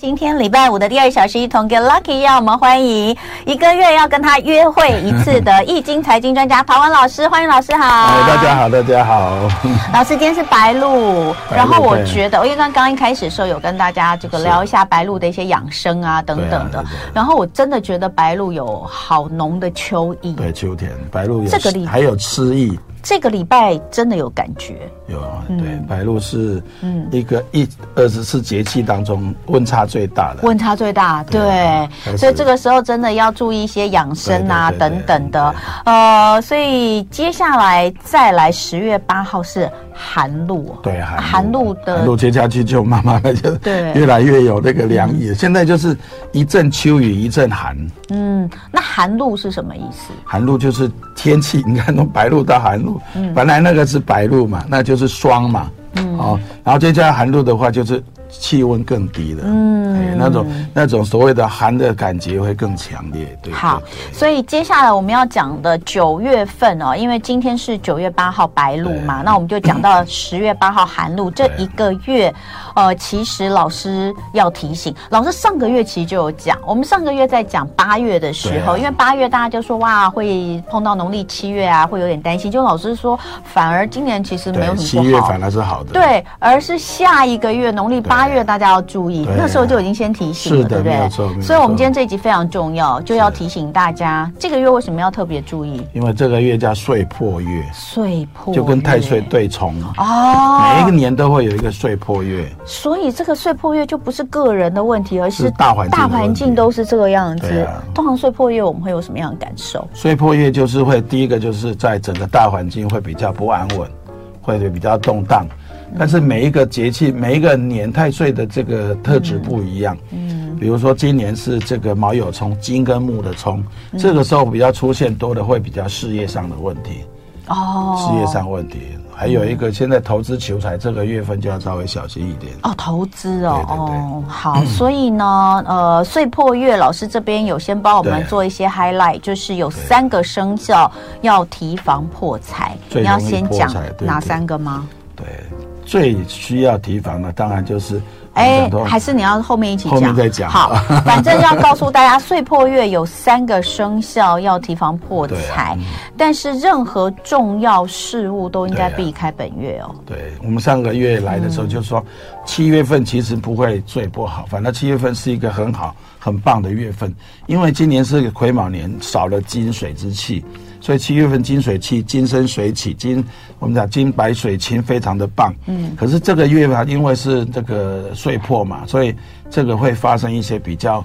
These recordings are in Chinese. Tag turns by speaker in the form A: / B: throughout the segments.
A: 今天礼拜五的第二小时，一同跟 Lucky 让我们欢迎一个月要跟他约会一次的易经财经专家庞文老师，欢迎老师好。
B: 哎，大家好，大家好。
A: 老师今天是白露，
B: 白露
A: 然后我
B: 对
A: 觉得，因为刚刚一开始的时候有跟大家这个
B: 是
A: 聊一下白露的一些养生啊等等
B: 对
A: 的
B: 啊对对，
A: 然后我真的觉得白露有好浓的秋意，
B: 对，秋天白露有
A: 这个例子
B: 还有诗意，
A: 这个礼拜真的有感觉，
B: 有啊
A: 嗯
B: 对，白露是一个一二十四节气当中温差最大的。
A: 温差最大，
B: 对啊
A: 对
B: 开，始
A: 所以这个时候真的要注意一些养生啊
B: 对对对
A: 等
B: 对
A: 等的
B: 对，
A: 呃，所以接下来再来十月八号是寒露哦，
B: 对，寒
A: 寒露的
B: 寒露接下去就慢慢的就
A: 对
B: 越来越有那个凉意。现在就是一阵秋雨一阵寒，
A: 嗯，那寒露是什么意思？
B: 寒露就是天气，你看从白露到寒露，
A: 嗯
B: 本来那个是白露嘛，那就是霜嘛，哦，然后再加上寒露的话，就是气温更低的，嗯，那种那种所谓的寒的感觉会更强烈，对，对
A: 好
B: 对，
A: 所以接下来我们要讲的九月份哦，因为今天是九月八号白露嘛，
B: 对
A: 那我们就讲到十月八号寒露这
B: 对
A: 一个月，呃，其实老师要提醒，老师上个月其实就有讲，我们上个月在讲八月的时候，
B: 对啊
A: 因为八月大家就说哇会碰到农历七月啊，会有点担心，就老师说反而今年其实没有
B: 对，
A: 什
B: 七
A: 么不
B: 月
A: 好。
B: 反而是好的，，
A: 对，而是下一个月农历八月，大家要注意
B: 对，
A: 那时候就已经先提醒了，
B: 是
A: 对
B: 的
A: 不对
B: 没有错没有？错
A: 所以，我们今天这一集非常重要，就要提醒大家，这个月为什么要特别注意
B: 因为这个月叫岁破月，
A: 岁破月，
B: 就跟太岁对哎冲，每一个
A: 哦。
B: 年都会有一个岁破月，
A: 所以这个岁破月就不是个人的问题，而是
B: 是大环境的
A: 大环境都是这个样
B: 对
A: 子
B: 啊。
A: 通常岁破月我们会有什么样的感受？
B: 所以破月就是会第一个就是在整个大环境会比较不安稳，会比较动荡。但是每一个节气、每一个年太岁的这个特质不一样。嗯，比如说今年是这个卯酉冲，金跟木的冲，
A: 嗯
B: 这个时候比较出现多的会比较事业上的问题，
A: 哦，
B: 事业上问题。还有一个现在投资求财这个月份就要稍微小心一点。
A: 哦，投资哦，
B: 对对嗯对
A: 哦，好，所以呢，呃，岁破月老师这边有先帮我们
B: 对
A: 做一些 highlight，就是有三个生肖要提防破财，
B: 最
A: 你要
B: 容易
A: 先
B: 破
A: 讲
B: 财对
A: 哪
B: 对
A: 三个吗？
B: 对，最需要提防的当然就是
A: 哎
B: 很多，
A: 还是你要后面一起讲，
B: 后面再讲
A: 好，反正要告诉大家，岁破月有三个生肖要提防破
B: 啊
A: 财，但是任何重要事物都应该
B: 对啊
A: 避开本月哦。
B: 对，我们上个月来的时候就说，七月份其实不会最不好，反正七月份是一个很好、很棒的月份，因为今年是癸卯年，少了金水之气，所以七月份金水气、金生水起、金我们讲金白水清非常的棒。嗯，可是这个月吧，因为是这个岁破嘛，所以这个会发生一些比较。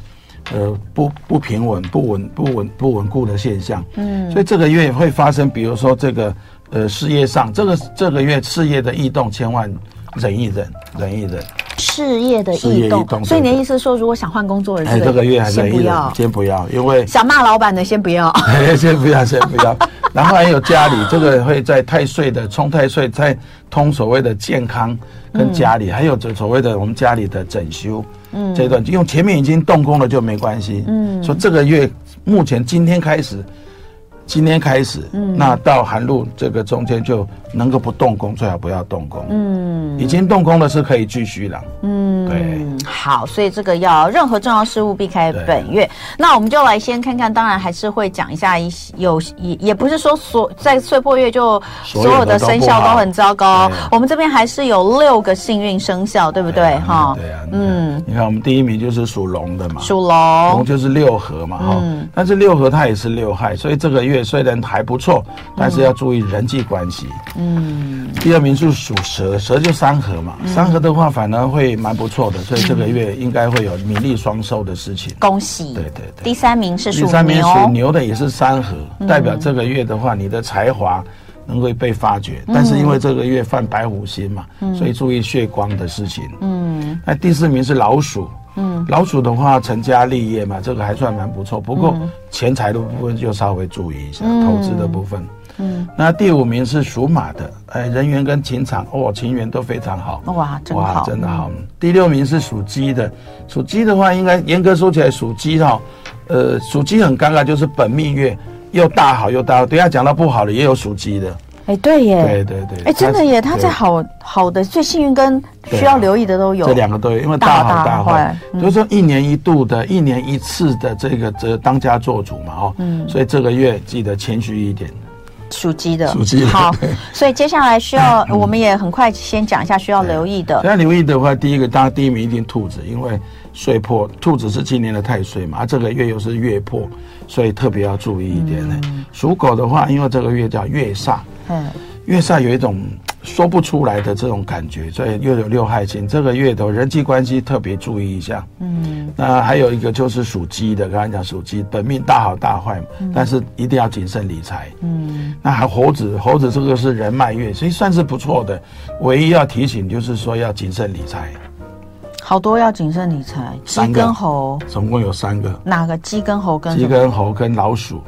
B: 呃，不不平稳、不稳、不稳、不稳固的现象。嗯，所以这个月会发生，比如说这个呃事业上，这个这个月事业的异动，千万忍一忍，忍一忍。
A: 事业的
B: 事业
A: 异
B: 异
A: 动，
B: 动
A: 所以你的
B: 对
A: 意思是说，如果想换工作的人，
B: 哎，这个月还
A: 先
B: 忍一
A: 不
B: 忍
A: 要，，
B: 先不要，因为
A: 想骂老板的先不要。
B: 先不要，先不要。然后还有家里，这个会在太岁的冲太岁，在通所谓的健康跟家里，还有这所谓的我们家里的整修，嗯，这一段用前面已经动工了就没关系，嗯，说这个月目前今天开始。今天开始，嗯，那到寒露这个中间就能够不动工，最好不要动工。嗯，已经动工的是可以继续了。嗯，对，
A: 嗯，好，所以这个要任何重要事物避开本月。那我们就来先看看，当然还是会讲一下一些有也也不是说所在岁破月就所
B: 所有的
A: 有的生肖都很糟糕
B: 都不好对，
A: 我们这边还是有六个幸运生肖，对不对？哈，
B: 对啊，
A: 嗯
B: 嗯，，你看我们第一名就是属龙的嘛，
A: 属
B: 龙
A: 龙，
B: 就是六合嘛哈、但是六合它也是六害，所以这个月虽然还不错，但是要注意人际关系。嗯，第二名是属蛇，蛇就三合嘛，三合的话反而会蛮不错的，所以这个月应该会有名利双收的事情。
A: 恭喜。
B: 对对对
A: 第三名是
B: 第
A: 属
B: 三名属
A: 牛，嗯
B: 牛的也是三合，代表这个月的话，你的才华能够被发掘。但是
A: 嗯
B: 因为这个月犯白虎星嘛，所以注意血光的事情。嗯，那第四名是老鼠。嗯，老鼠的话，成家立业嘛，这个还算蛮不错。不过
A: 嗯
B: 钱财的部分就稍微注意一下，投资的部分。嗯，那第五名是属马的，哎，人缘跟情场哦，情缘都非常好。
A: 哇，真
B: 哇，
A: 好，
B: 真的好。第六名是属鸡的，属鸡的话，应该严格说起来，属鸡哈，呃，属鸡很尴尬，就是本命月又大好又大好。等一下讲到不好的也有属鸡的，
A: 哎，对耶，
B: 对对对，
A: 哎，真的耶，它在
B: 对啊
A: 好好的最幸运跟需要留意的都有。
B: 这两个都有，因为
A: 大好
B: 大好
A: 大
B: 大
A: 坏
B: 坏，
A: 嗯
B: 就是说一年一度的、一年一次的这个这个当家做主嘛，哦，
A: 嗯
B: 所以这个月记得谦虚一点，
A: 属鸡的，
B: 属鸡的
A: 好，所以接下来需要，我们也很快先讲一下需要留意的。
B: 那留意的话，第一个当然第一名一定兔子，因为岁破，兔子是今年的太岁嘛，啊、这个月又是月破，所以特别要注意一点呢。属狗的话，因为这个月叫月煞，
A: 嗯，
B: 月煞有一种说不出来的这种感觉，所以又有六害星，这个月的人际关系特别注意一下。嗯，那还有一个就是属鸡的，刚才讲属鸡本命大好大坏嘛，但是一定要谨慎理财。嗯，那还猴子，猴子这个是人脉月，所以算是不错的。唯一要提醒就是说要谨慎理财，
A: 好多要谨慎理财。鸡
B: 三个
A: 跟猴，
B: 总共有三个，
A: 哪个鸡跟猴跟什
B: 鸡
A: 么？
B: 跟猴跟老鼠，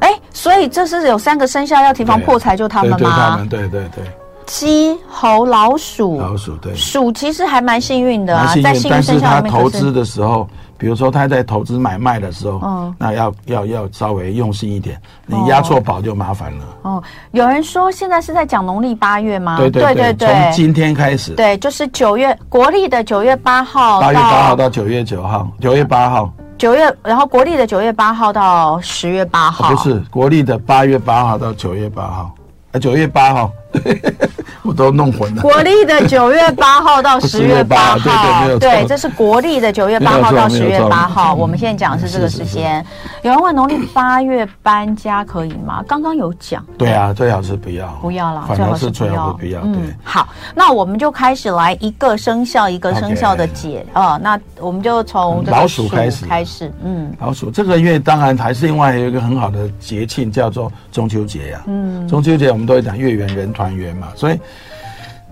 A: 哎，所以这是有三个生肖要提防
B: 对
A: 破财，就他
B: 对
A: 们
B: 对他
A: 吗
B: 们，？对对对，
A: 鸡、猴、老鼠。
B: 老鼠对。
A: 鼠其实还蛮幸运的
B: 蛮
A: 啊，
B: 幸
A: 在
B: 运，
A: 幸运
B: 但
A: 生
B: 是
A: 肖
B: 他
A: 里面
B: 投
A: 可是
B: 资的时候，比如说他在投资买卖的时候，
A: 嗯
B: 那要要要稍微用心一点，你押错宝就麻烦了。
A: 哦，有人说现在是在讲农历八月吗？
B: 对对
A: 啊对
B: 从今天开始，
A: 对，就是九月国历的九月八号
B: 八月八号
A: 到
B: 到九月九号，九月八号、
A: 九月，然后国历的九月八号到十月八号，
B: 啊不是国历的八月八号到九月八号，啊九月八号， 我都弄混了。
A: 国历的九月八号到
B: 不是
A: 十月八
B: 8对对
A: 号
B: 没，有错
A: 对，这是国历的九月八号到十月八号。我们现在讲的是这个时间。有人问农历八月搬家可以吗？刚刚有讲，
B: 对啊，最好是不要，
A: 不要啦，
B: 反
A: 最
B: 而
A: 好
B: 是
A: 是嗯
B: 最好是不要，对。，
A: 好，那我们就开始来一个生肖一个生肖的解啊。那我们就从这个
B: 嗯老鼠开始
A: 开始，嗯，
B: 老鼠这个月当然还是另外有一个很好的节庆，叫做中秋节呀、嗯，中秋节我们都会讲月圆人团圆嘛，所以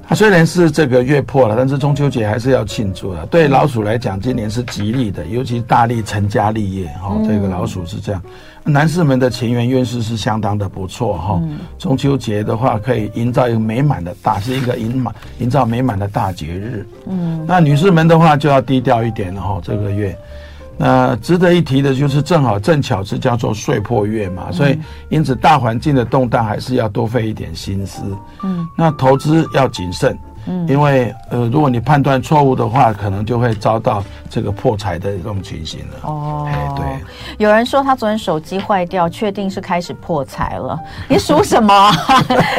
B: 它虽然是这个月破了，但是中秋节还是要庆祝的。对老鼠来讲，今年是吉利的，尤其大力成家立业哈、哦这个老鼠是这样，男士们的情缘运势是相当的不错哈、中秋节的话，可以营造一个美满的大，是一个营满营造美满的大节日。嗯，那女士们的话就要低调一点了哈、哦这个月。那值得一提的就是，正好正巧是叫做岁破月嘛，所以因此大环境的动荡还是要多费一点心思。嗯，那投资要谨慎，嗯，因为呃，如果你判断错误的话，可能就会遭到这个破财的这种情形了。
A: 哦
B: 哎，对，
A: 有人说他昨天手机坏掉，确定是开始破财了。 你属什么 啊？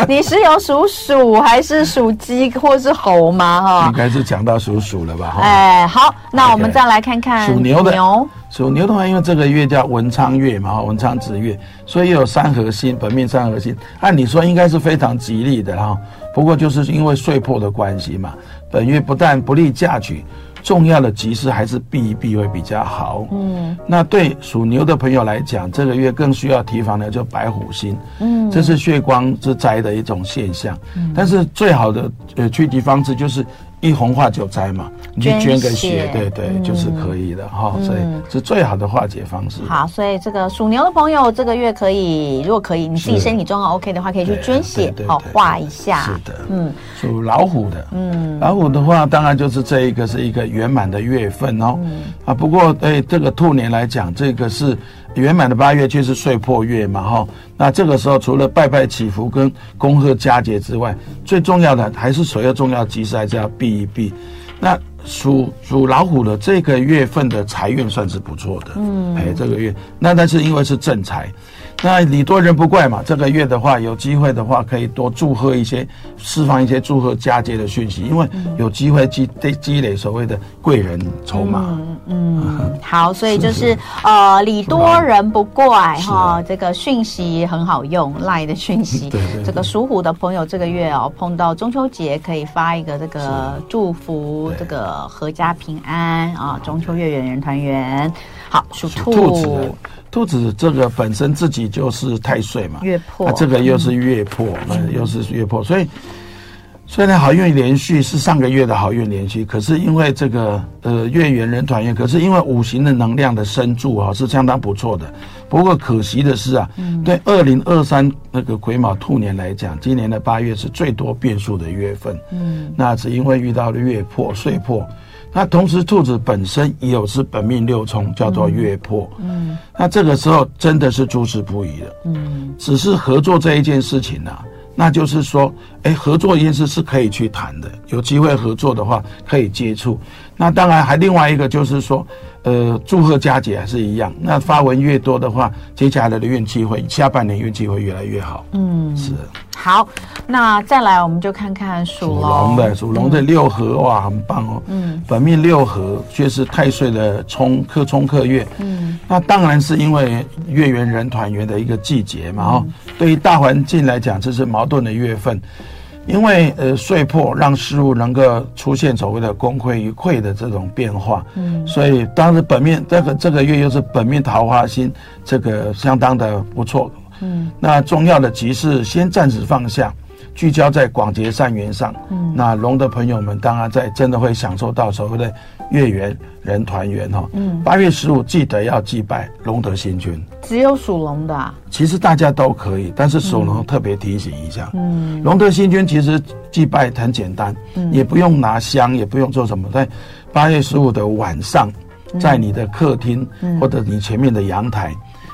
A: 你是有属鼠还是属鸡或是猴吗？
B: 应
A: 哈，
B: 该是讲到属鼠了吧？哈，
A: 哎，好，那我们
B: OK
A: 再来看看
B: 属牛的
A: 牛，
B: 属牛的话，因为这个月叫文昌月嘛，哈文昌之月，所以又有三合星，本命三合星，按理说应该是非常吉利的哈。不过就是因为岁破的关系嘛，本月不但不利嫁娶，重要的吉事还是避一避会比较好。嗯，那对属牛的朋友来讲，这个月更需要提防的就白虎星，嗯，这是血光之灾的一种现象。但是最好的呃驱敌方式就是一红化九灾嘛，你去
A: 捐
B: 捐个
A: 血
B: 血，对对，就是可以的哈、所以是最好的化解方式。
A: 嗯好，所以这个属牛的朋友这个月可以，如果可以，你自己
B: 是
A: 身体状况 OK 的话，可以去
B: 对
A: 捐血
B: 对对，
A: 好
B: 对
A: 画一下。
B: 是的，
A: 嗯，
B: 属老虎的，嗯，老虎的话，当然就是这一个是一个圆满的月份哦。
A: 嗯
B: 啊，不过对这个兔年来讲，这个是圆满的八月，却是岁破月嘛，哈、那这个时候除了拜拜祈福跟恭贺佳节之外，最重要的还是所有重要吉事还是要避一避。那属属老虎的这个月份的财运算是不错的，嗯，哎，这个月那但是因为是正财，那礼多人不怪嘛。这个月的话，有机会的话可以多祝贺一些，释放一些祝贺佳节的讯息，因为
A: 嗯
B: 有机会积积积累所谓的贵人筹码。
A: 嗯好，所以
B: 嗯是
A: 就是
B: 是
A: 呃，礼多
B: 吧
A: 人不怪
B: 是
A: 哈
B: 啊，
A: 这个讯息很好用，赖的讯息。
B: 对对对
A: 这个属虎的朋友这个月哦，碰到中秋节可以发一个这个祝福，
B: 对
A: 这个阖家平安啊，中秋月圆人团圆。好，属兔，
B: 兔子的，兔子这个本身自己就是太岁嘛，
A: 月破嗯
B: 那这个又是月破，那、又是月破，所以虽然好运连续是上个月的好运连续，可是因为这个呃月圆人团圆，可是因为五行的能量的深助啊、是相当不错的。不过可惜的是啊，对二零二三那个癸卯兔年来讲，今年的八月是最多变数的月份。嗯，那是因为遇到了月破、岁破。那同时，兔子本身也有是本命六冲，叫做月破。嗯，那这个时候真的是诸事不宜的。嗯，只是合作这一件事情啊，那就是说，哎，合作一件事是可以去谈的，有机会合作的话可以接触。那当然还另外一个就是说，呃，祝贺佳节还是一样。那发文越多的话，接下来的运气会下半年运气会越来越好。嗯，是
A: 好，那再来我们就看看属
B: 属
A: 龙
B: 龙的，属龙的六合哇，很棒哦。嗯，本命六合却是太岁的冲克冲克月。嗯，那当然是因为月圆人团圆的一个季节嘛哦。对于大环境来讲，这是矛盾的月份。因为呃碎破让事物能够出现所谓的功亏一篑的这种变化，嗯，所以当时本命这个这个月又是本命桃花星，这个相当的不错，嗯，那重要的集市先暂时放下，聚焦在广结善缘上，嗯，那龙的朋友们当然在真的会享受到所谓的月圆人团圆哈、哦，嗯，八月十五记得要祭拜龙德星君，
A: 只有属龙的啊、
B: 其实大家都可以，但是属龙
A: 嗯
B: 特别提醒一下。嗯，龙德星君其实祭拜很简单，
A: 嗯
B: 也不用拿香，也不用做什么，在八月十五的晚上，
A: 嗯
B: 在你的客厅、或者你前面的阳台，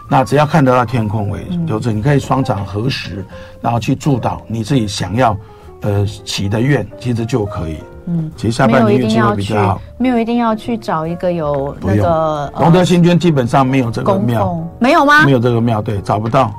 B: 那只要看得到天空为
A: 嗯
B: 就是你可以双掌合十，然后去祝祷你自己想要呃祈的愿，其实就可以。嗯，其实下
A: 没
B: 半
A: 有一
B: 年运
A: 定
B: 气
A: 要
B: 会比
A: 去
B: 较好。，
A: 没有一定要去找一个有
B: 不
A: 那
B: 用
A: 个呃
B: 龙德星君基本上没有这个
A: 供
B: 庙，
A: 奉，没有吗
B: 没？有这个庙，对，找不到。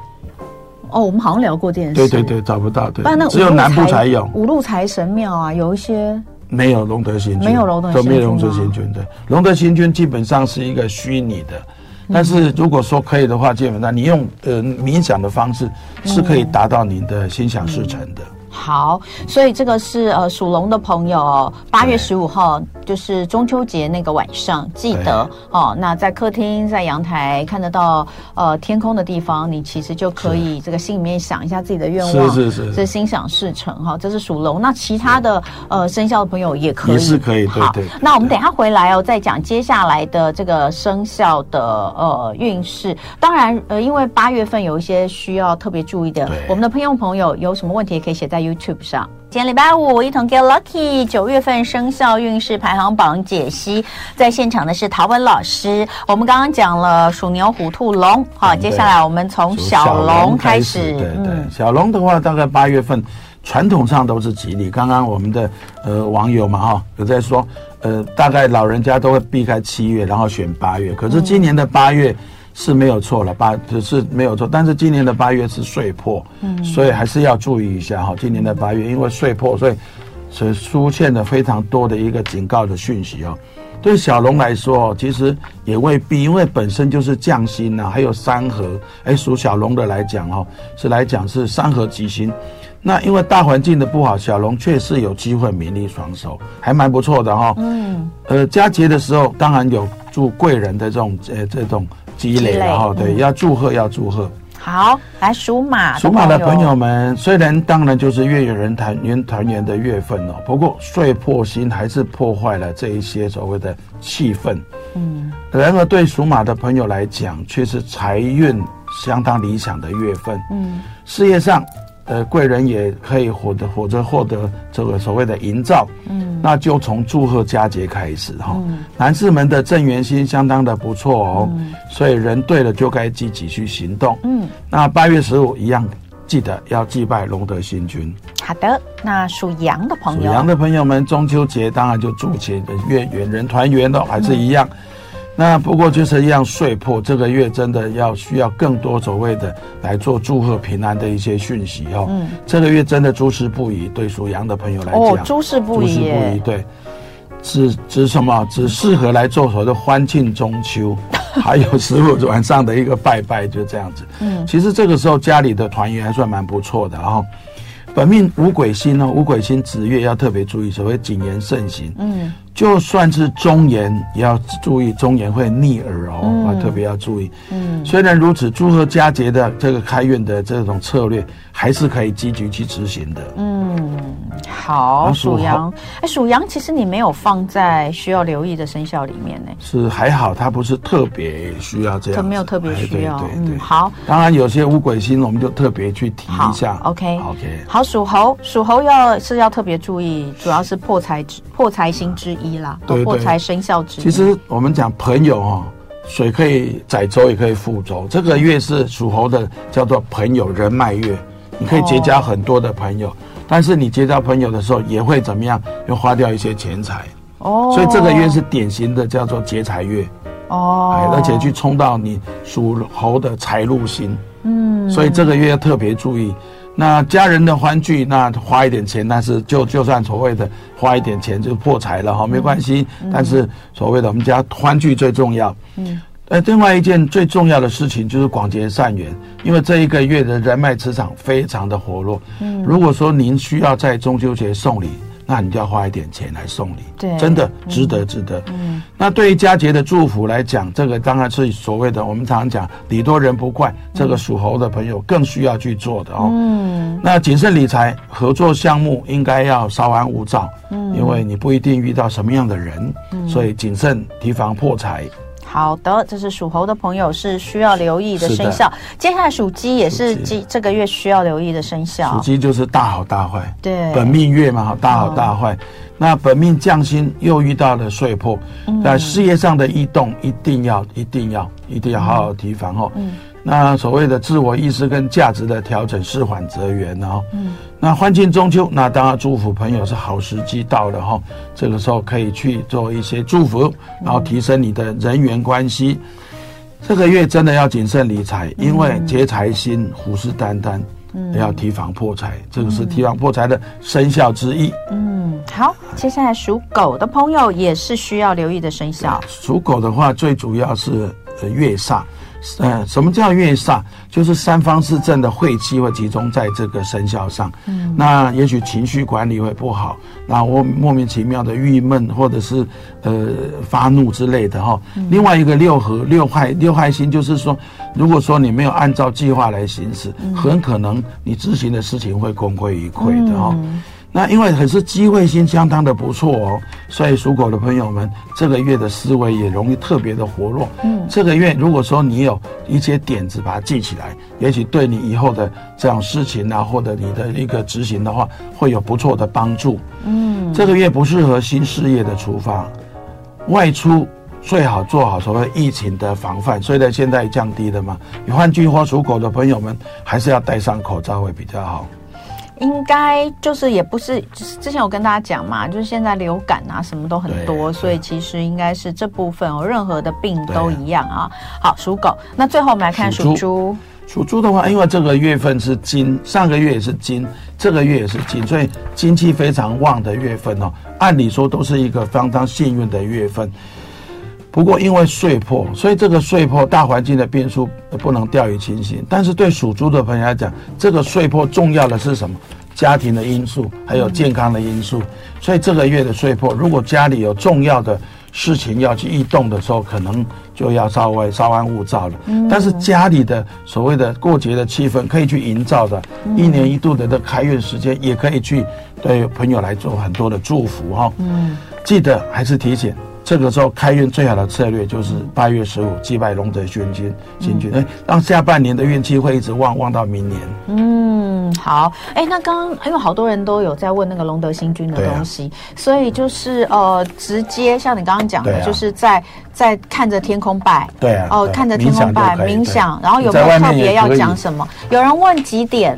A: 哦，我们好像聊过这件事。
B: 对对，对，找不到，对
A: 不然那，
B: 只有
A: 五路
B: 南部
A: 财
B: 才有。
A: 五路财神庙啊，有一些
B: 没有龙德星君，
A: 没有龙德啊星
B: 都
A: 君
B: 没有龙德星君对，龙德星君基本上是一个虚拟的，
A: 嗯
B: 但是如果说可以的话，基本上你用呃冥想的方式是可
A: 嗯
B: 以达到你的心想事成的。
A: 好，所以这个是呃属龙的朋友哦，八月
B: 对
A: 十五号就是中秋节那个晚上，记
B: 哎
A: 得哦。那在客厅、在阳台看得到呃天空的地方，你其实就可以这个心里面想一下自己的愿望，
B: 是是是
A: 嗯这心想事成哈、这是属龙。那其他的呃生肖的朋友也可以，
B: 也是可以对
A: 好
B: 对对
A: 那我们
B: 对
A: 等一下回来哦，再讲接下来的这个生肖的呃运势。当然呃，因为八月份有一些需要特别注意的
B: 对，
A: 我们。我们的朋友朋友有什么问题也可以写在 YouTube 上。今天礼拜五，一同 get lucky，九月份生肖运势排行榜解析，在现场的是陶文老师。我们刚刚讲了属牛、虎、兔、龙，好，
B: 嗯
A: 接
B: 对
A: 下来我们从小龙开始，嗯
B: 对对，小龙的话大概八月份，传统上都是吉利。刚刚我们的呃网友嘛哈、有在说，呃，大概老人家都会避开七月，然后选八月。可是今年的八月。是没有错了，八是没有错，但是今年的八月是岁破，嗯，所以还是要注意一下哈。今年的八月因为岁破，所以所出现了非常多的一个警告的讯息哦。对小龙来说，其实也未必，因为本身就是降星呐、还有三合。哎，属小龙的来讲哦，是来讲是三合吉星。那因为大环境的不好，小龙确实有机会名利双收，还蛮不错的哈、哦。嗯，呃，佳节的时候当然有祝贵人的这种呃这种积累嗯了哈、
A: 积累
B: 对，要祝贺要祝贺。
A: 好，来属马，
B: 属马的朋友，们，虽然当然就是月圆人团圆团圆的月份哦，不过岁破星还是破坏了这一些所谓的气氛。嗯，然而对属马的朋友来讲，却是财运相当理想的月份。嗯，事业上，呃，贵人也可以获得或者获得这个所谓的营造。嗯，那就从祝贺佳节开始哈、男士们的正缘心相当的不错哦，所以人对了就该积极去行动。嗯，那八月十五一样，记得要祭拜龙德星君。
A: 好的，那属羊的朋
B: 属
A: 友
B: 羊，的朋友们，中秋节当然就祝前月圆人团圆了，还是一样。那不过就是一样碎破，这个月真的要需要更多所谓的来做祝贺平安的一些讯息哦。嗯，这个月真的诸事不宜，对属羊的朋友来讲，
A: 哦，诸事不
B: 哎诸事
A: 宜
B: 不宜，
A: 耶，
B: 对，只只什么，只适合来做所谓的欢庆中秋，还有十五晚上的一个拜拜，就这样子。嗯，其实这个时候家里的团圆还算蛮不错的哈、本命五鬼星呢，五鬼星子月要特别注意，所谓谨言慎行。嗯，就算是忠言，也要注意忠言会逆耳哦，啊、特别要注意。嗯，虽然如此，祝贺佳节的这个开运的这种策略，还是可以积极去执行的。
A: 好，
B: 那
A: 属
B: 属
A: 羊，哎，属羊其实你没有放在需要留意的生肖里面呢，
B: 是还好，它不是特别需要这样
A: 可
B: 子，
A: 没有特别
B: 哎
A: 需要
B: 对，对对
A: 嗯，好。
B: 当然，有些五鬼星我们就特别去提一下。
A: 好，OK
B: OK。
A: 好，属猴，属猴要是要特别注意，主要是破财之破财星之一啦，
B: 对对
A: 破财生肖之一。
B: 其实我们讲朋友哦，水可以载舟，也可以覆舟。这个月是属猴的，叫做朋友人脉月。你可以结交很多的朋友，但是你结交朋友的时候也会怎么样？又花掉一些钱财，
A: 哦，
B: 所以这个月是典型的叫做劫财月，哎
A: 哦，，
B: 而且去冲到你属猴的财路星，
A: 嗯，
B: 所以这个月要特别注意。那家人的欢聚，那花一点钱，但是就就算所谓的花一点钱就破财了哈，没关系。
A: 嗯
B: 但是所谓的我们家欢聚最重要。嗯，呃，另外一件最重要的事情就是广结善缘，因为这一个月的人脉磁场非常的活络。嗯，如果说您需要在中秋节送礼，那你就要花一点钱来送礼。
A: 对
B: 真的值得，值得。嗯，那对于佳节的祝福来讲，这个当然是所谓的我们常常讲礼多人不怪，这个属猴的朋友更需要去做的哦。
A: 嗯，
B: 那谨慎理财，合作项目应该要稍安勿躁，嗯，因为你不一定遇到什么样的人，所以谨慎提防破财。
A: 好的，这是属猴的朋友是需要留意的
B: 是的
A: 生肖。接下来属鸡也是
B: 属鸡
A: 鸡这个月需要留意的生肖。
B: 属鸡就是大好大坏，
A: 对
B: 本命月嘛，大好大坏。那本命匠心又遇到了碎破，那、事业上的异动一定要一定要一定要好好提防哦。那所谓的自我意识跟价值的调整，是缓则圆哦。嗯，那欢庆中秋，那当然祝福朋友是好时机到了哈、这个时候可以去做一些祝福，然后提升你的人缘关系。这个月真的要谨慎理财，因为劫财心虎视眈眈，要提防破财，这个是提防破财的生肖之一。
A: 嗯，好，接下来属狗的朋友也是需要留意的生肖。
B: 属狗的话，最主要是呃月煞。呃，什么叫月煞？就是三方四正的晦气会集中在这个生肖上。嗯，那也许情绪管理会不好，然后莫名其妙的郁闷或者是呃发怒之类的哈、另外一个六合六害六害星就是说，如果说你没有按照计划来行事，很可能你执行的事情会功亏一篑的哈、那因为可是机会性相当的不错哦，所以属狗的朋友们，这个月的思维也容易特别的活络。嗯，这个月如果说你有一些点子把它记起来，也许对你以后的这样事情啊，或者你的一个执行的话，会有不错的帮助。嗯，这个月不适合新事业的出发，外出最好做好所谓疫情的防范，虽然现在降低了嘛，换句话，属狗的朋友们还是要戴上口罩会比较好。
A: 应该就是也不是，就是之前有跟大家讲嘛，就是现在流感啊什么都很多，
B: 对
A: 所以其实应该是这部分哦，任何的病
B: 对啊
A: 都一样啊。好，属狗，那最后我们来看
B: 属
A: 属
B: 猪
A: 猪，
B: 属猪的话，因为这个月份是金，上个月也是金，这个月也是金，所以金气非常旺的月份哦。按理说都是一个相当幸运的月份，不过因为岁破，所以这个岁破大环境的变数呃不能掉以轻心。但是对属猪的朋友来讲，这个岁破重要的是什么？家庭的因素，还有健康的因素。所以这个月的岁破，如果家里有重要的事情要去异动的时候，可能就要稍微稍安勿躁了。但是家里的所谓的过节的气氛可以去营造的，一年一度的这开运时间也可以去对朋友来做很多的祝福哈、嗯，记得还是提醒。这个时候开运最好的策略就是八月十五祭拜龙泽君君君君，哎，让下半年的运气会一直旺旺到明年。
A: 嗯，好，哎，那刚刚因为好多人都有在问那个龙德星君的
B: 对啊
A: 东西，所以就是呃，直接像你刚刚讲的，
B: 对啊
A: 就是在在看着天空拜，
B: 对啊，
A: 哦，
B: 对
A: 看着天空拜
B: 冥想就可以
A: 冥
B: 对
A: 想，然后有
B: 你
A: 没
B: 在
A: 有
B: 外
A: 特
B: 面
A: 别
B: 也
A: 要
B: 可以
A: 讲什么？有人问几点？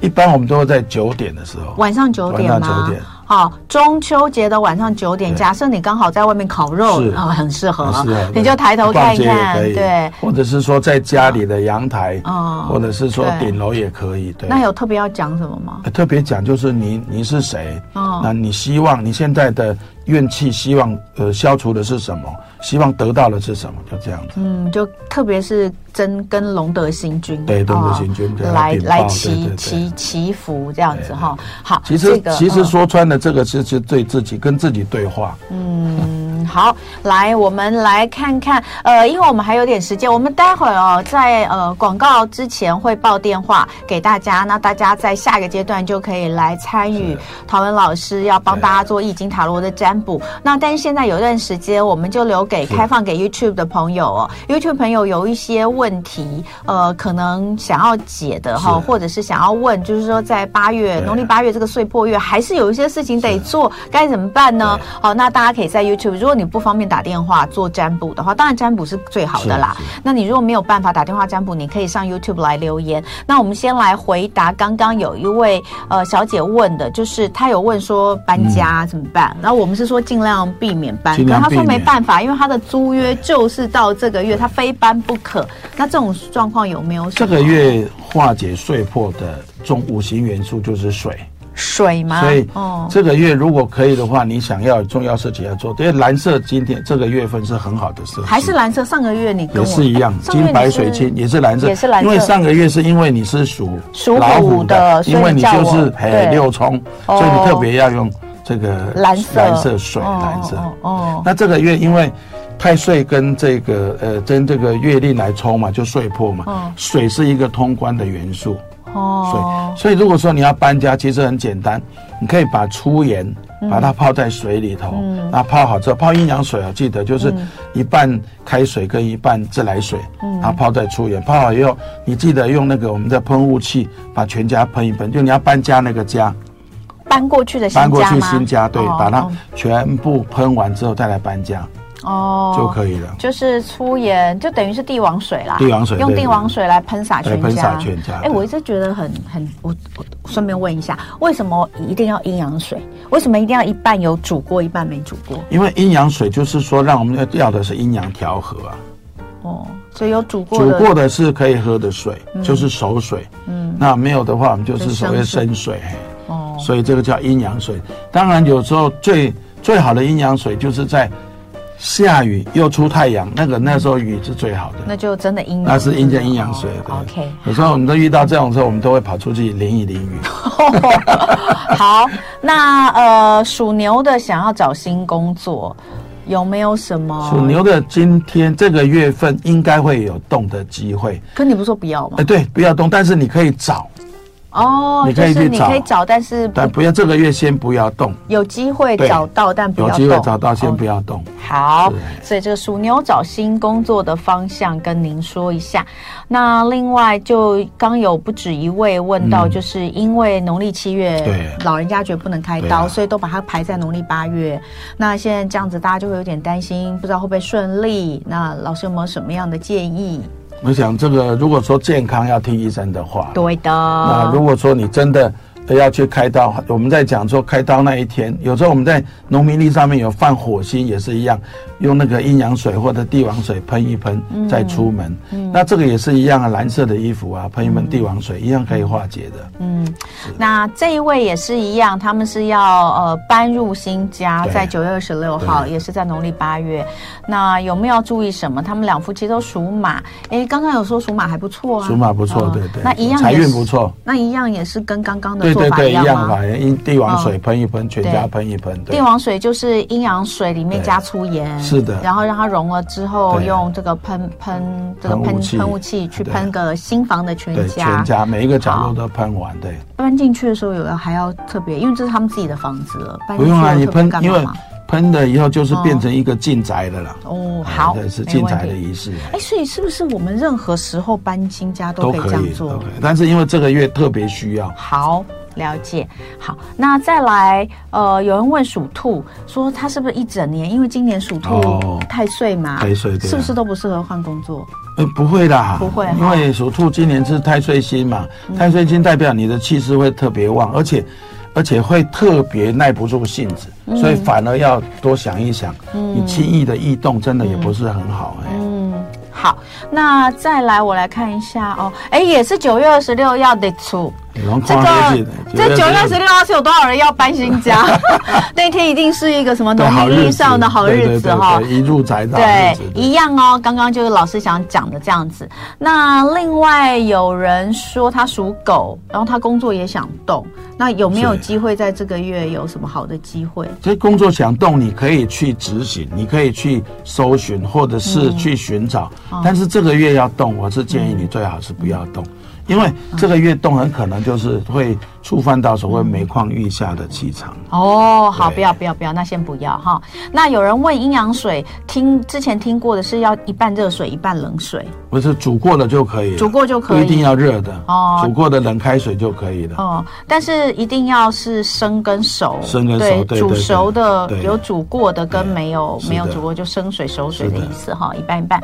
B: 一般我们都会在九点的时候，
A: 晚上九点
B: 晚上
A: 吗？
B: 九点
A: 好，中秋节的晚上九点，
B: 对
A: 假设你刚好在外面烤肉
B: 是，
A: 啊、很适合，
B: 是啊，
A: 你就抬头看一看，
B: 逛街也可以
A: 对。
B: 或者是说在家里的阳台，
A: 嗯
B: 或者是说
A: 对
B: 顶楼也可以，对。
A: 那有特别要讲什么吗？
B: 呃特别讲就是你你是谁，
A: 哦
B: 那你希望你现在的怨气，希望呃消除的是什么？希望得到的是什么？就这样子。
A: 嗯，就特别是真跟龙德星君，
B: 对龙德
A: 哦
B: 星君对
A: 来
B: 禀报
A: 来
B: 对对
A: 祈
B: 对
A: 祈祈福这样子哈。好，
B: 其
A: 这
B: 实
A: 个
B: 其实
A: 嗯
B: 说穿了，这个是是对自己跟自己对话。
A: 嗯，好，来，我们来看看，呃，因为我们还有点时间，我们待会儿哦，在呃广告之前会报电话给大家，那大家在下一个阶段就可以来参与陶文老师要帮
B: 对
A: 大家做易经塔罗的占卜。那但是现在有段时间，我们就留给开放给 YouTube 的朋友哦，YouTube 朋友有一些问题，呃，可能想要解的哈、
B: 是
A: 或者是想要问，就是说在八月
B: 对
A: 农历八月这个岁破月，还是有一些事情得做，该怎么办呢？好，那大家可以在 YouTube，如果你你不方便打电话做占卜的话，当然占卜是最好的啦。
B: 是是
A: 那你如果没有办法打电话占卜，你可以上 YouTube 来留言。那我们先来回答刚刚有一位呃小姐问的，就是她有问说搬家怎么办？然后我们是说尽量避免搬，
B: 嗯尽
A: 可
B: 量
A: 她说
B: 避
A: 没
B: 免
A: 办法，因为她的租约就是到这个月，她非搬不可。那这种状况有没有什
B: 这
A: 么？
B: 个月化解碎破的重五行元素就是水，
A: 水吗？
B: 所以
A: 哦，
B: 这个月如果可以的话，你想要有重要事情要做，因为蓝色今天这个月份是很好的色系，
A: 还是蓝色。上个月你跟
B: 也
A: 我
B: 是一样，
A: 上个月
B: 金
A: 你
B: 白
A: 是
B: 水晶也是蓝色，
A: 也是蓝色
B: 因为上个月是因为你是属
A: 属虎
B: 老虎
A: 的所以
B: 因为你
A: 叫
B: 就
A: 我
B: 是
A: 对
B: 嘿六冲，
A: 哦
B: 所以你特别要用这个
A: 蓝色
B: 蓝色水
A: 哦
B: 蓝色
A: 哦。哦
B: 那这个月因为太岁跟这个呃跟这个月令来冲嘛，就岁破
A: 嗯
B: 嘛，水是一个通关的元素，水
A: 哦，
B: 所以如果说你要搬家，其实很简单，你可以把粗盐
A: 嗯
B: 把它泡在水里头，那泡好之后泡阴阳水啊，记得就是
A: 嗯
B: 一半开水跟一半自来水，然后泡在粗盐，泡好以后，你记得用那个我们的喷雾器把全家喷一喷，就你要搬家那个家
A: 搬过去的新家
B: 搬过去
A: 吗
B: 新家，对，
A: 哦
B: 把它全部喷完之后再来搬家
A: 哦
B: 就可以了。
A: 就是粗盐，就等于是帝王水啦。
B: 帝王水
A: 用
B: 对
A: 帝王水来喷洒全家。
B: 对喷洒全家
A: 哎，
B: 对
A: 我一直觉得很很，我我我顺便问一下，为什么一定要阴阳水？为什么一定要一半有煮过，一半没煮过？
B: 因为阴阳水就是说，让我们要要的是阴阳调和啊。
A: 哦，所以有煮过
B: 煮
A: 的。
B: 过的是可以喝的水，就是熟水。嗯，那没有的话，我们就是所谓生水。
A: 哦
B: 哦，所以这个叫阴阳水。当然，有时候最最好的阴阳水就是在下雨又出太阳，那个那时候雨是最好的。
A: 那就真的阴阳，
B: 那是阴间阴阳水
A: 哦
B: 对
A: OK，
B: 有时候我们都遇到这种时候，我们都会跑出去淋一淋雨。
A: 好，那呃，属牛的想要找新工作，有没有什么？
B: 属，牛的今天这个月份应该会有动的机会。
A: 可你不是说不要吗
B: 哎，？对，不要动，但是你可以找，
A: 哦，
B: 呃你
A: 就
B: 可以
A: 是
B: 去
A: 你
B: 找
A: 可以找，但是
B: 但不要这个月先不要动，
A: 有机会
B: 对
A: 找到，但不
B: 有
A: 要
B: 机会
A: 动
B: 找到先
A: 哦
B: 不要动。
A: 好，
B: 是
A: 所以这个属牛找新工作的方向跟您说一下。那另外就刚有不止一位问到，就是因为农历七月
B: 嗯对，
A: 老人家觉得不能开
B: 对
A: 刀，
B: 啊
A: 所以都把它排在农历八月。那现在这样子，大家就会有点担心，不知道会不会顺利。那老师有没有什么样的建议？
B: 我想这个，如果说健康要听医生的话，
A: 对啊的，
B: 那如果说你真的要去开刀，我们在讲说开刀那一天，有时候我们在农民历上面有放火星，也是一样，用那个阴阳水或者帝王水喷一喷，
A: 嗯
B: 再出门。那这个也是一样啊，蓝色的衣服啊，喷一喷帝王水，一样可以化解的。
A: 嗯那这一位也是一样，他们是要呃搬入新家，
B: 对
A: 在九月二十六号，
B: 对
A: 也是在农历八月。那有没有要注意什么？他们两夫妻都属马，诶，刚刚有说属马还不错啊，
B: 属马不错
A: 嗯
B: 对对
A: 那一样
B: 财
A: 也是
B: 运不错，
A: 那一样也是跟刚刚的
B: 对
A: 做
B: 对
A: 法
B: 对，
A: 一
B: 一
A: 样
B: 样
A: 吗？
B: 法，因为帝王水
A: 嗯
B: 喷一喷，全家
A: 对
B: 喷一喷。对
A: 帝王水就是阴阳水里面
B: 对
A: 加粗盐，
B: 是的
A: 然后让它融了之后，
B: 对
A: 用这个喷喷这个
B: 喷雾
A: 喷
B: 器
A: 喷雾器去
B: 对
A: 喷个新房的全
B: 对
A: 家，
B: 全家每一个角落都喷完，对。
A: 搬进去的时候有要还要特别，因为这是他们自己的房子了，搬
B: 不
A: 进去
B: 用啊，
A: 要
B: 你
A: 特别
B: 喷
A: 干，
B: 因
A: 嘛
B: 为
A: 吗？
B: 喷了以后就是
A: 哦
B: 变成一个进宅的了。
A: 哦，好，
B: 对，哎是
A: 没
B: 进
A: 问
B: 宅的
A: 题。
B: 仪式
A: 哎，所以是不是我们任何时候搬新家都可以这样做
B: 都？可以但是因为这个月特别需要，
A: 好，了解。好，那再来，呃，有人问属兔，说他是不是一整年？因为今年属兔
B: 哦
A: 太岁嘛，
B: 太岁对啊
A: 是不是都不适合换工作？
B: 呃，不会啦，
A: 不会哈嗯
B: 因为属兔今年是太岁星嘛，太岁星代表你的气势会特别旺，而且。而且会特别耐不住性子，
A: 嗯
B: 所以反而要多想一想。你轻易的异动，真的也不是很好哎、
A: 嗯，好，那再来我来看一下哦，哎，也是九月二十六要得出。
B: 你能
A: 这
B: 看下去
A: 个这九月二十
B: 六
A: 六号是有多少人要搬新 家？那天一定是一个什么
B: 的好
A: 农历
B: 日
A: 历
B: 子
A: 上的好日子哈
B: 对对对。对一入宅到日
A: 对
B: 子，
A: 一样哦。刚刚就是老师想讲的这样子。那另外有人说他属狗，然后他工作也想动，那有没有
B: 是哦
A: 机会在这个月有什么好的机会？
B: 这工作想动，你可以去执行，你可以去搜寻，或者是
A: 嗯
B: 去寻找。
A: 哦
B: 但是这个月
A: 嗯
B: 要动，我是建议你最好是不要动，因为这个月动很可能就是会触犯到所谓每况愈下的气场。
A: 哦，好，
B: 对
A: 不要不要不要，那先不要哈。那有人问阴阳水，听之前听过的是要一半热水一半冷水，
B: 不是煮过的就可以了，
A: 煮过就可以
B: 不一定要热的
A: 哦
B: 煮过的冷开水就可以了。
A: 哦、但是一定要是生跟熟，
B: 生跟熟对
A: 煮
B: 对对
A: 熟的
B: 对
A: 有煮过的跟
B: 对
A: 没有
B: 是
A: 没有
B: 的
A: 煮过就生水熟水的
B: 是的
A: 意思哈，一半一半。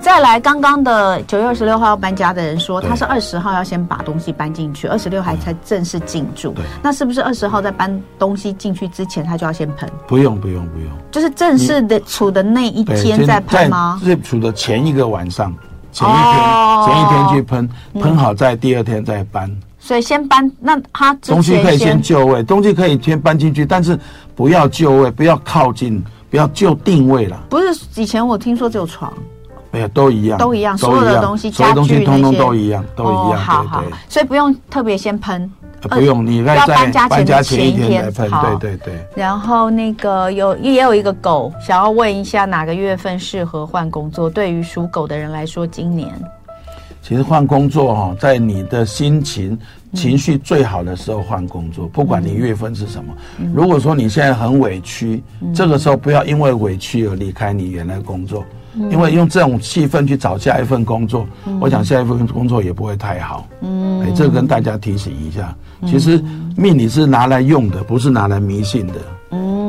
A: 再来，刚刚的九月二十六号要搬家的人说，
B: 对
A: 他是二十号要先把东西搬进去，二十六还才正式进驻
B: 对。
A: 那是不是二十号在搬东西进去之前，他就要先喷？
B: 不用不用不用，
A: 就是正式的处的那一天
B: 先
A: 再喷吗？
B: 在日出的前一个晚上，前一天、
A: 哦嗯
B: 前一天去喷，喷好再第二天再搬。
A: 所以先搬，那他之
B: 东西可
A: 前
B: 以先就位，东西可以先搬进去，但是不要就位，不要靠近，不要就定位了。
A: 不是以前我听说只有床，
B: 哎呀，都一样，
A: 都一样所有的东西
B: 所有东
A: 家具
B: 西通
A: 那
B: 通
A: 些哦
B: 都一样，都一样，
A: 好好
B: 对对，
A: 所以不用特别先喷。
B: 呃不用，你
A: 要
B: 在
A: 搬家前
B: 在搬
A: 的
B: 家前
A: 前一
B: 一天
A: 天
B: 来喷，
A: 好
B: 对对对，
A: 然后那个有也有一个狗，想要问一下哪个月份适合换工作？对于属狗的人来说，今年
B: 其实换工作哈、在你的心情、
A: 嗯
B: 情绪最好的时候换工作，不管你月份是什么。
A: 嗯
B: 如果说你现在很委屈，这个时候不要因为委屈而离开你原来工作，
A: 嗯
B: 因为用这种气氛去找下一份工作，我想下一份工作也不会太好。嗯，哎，这个跟大家提醒一下，
A: 嗯
B: 其实命理是拿来用的，不是拿来迷信的。
A: 嗯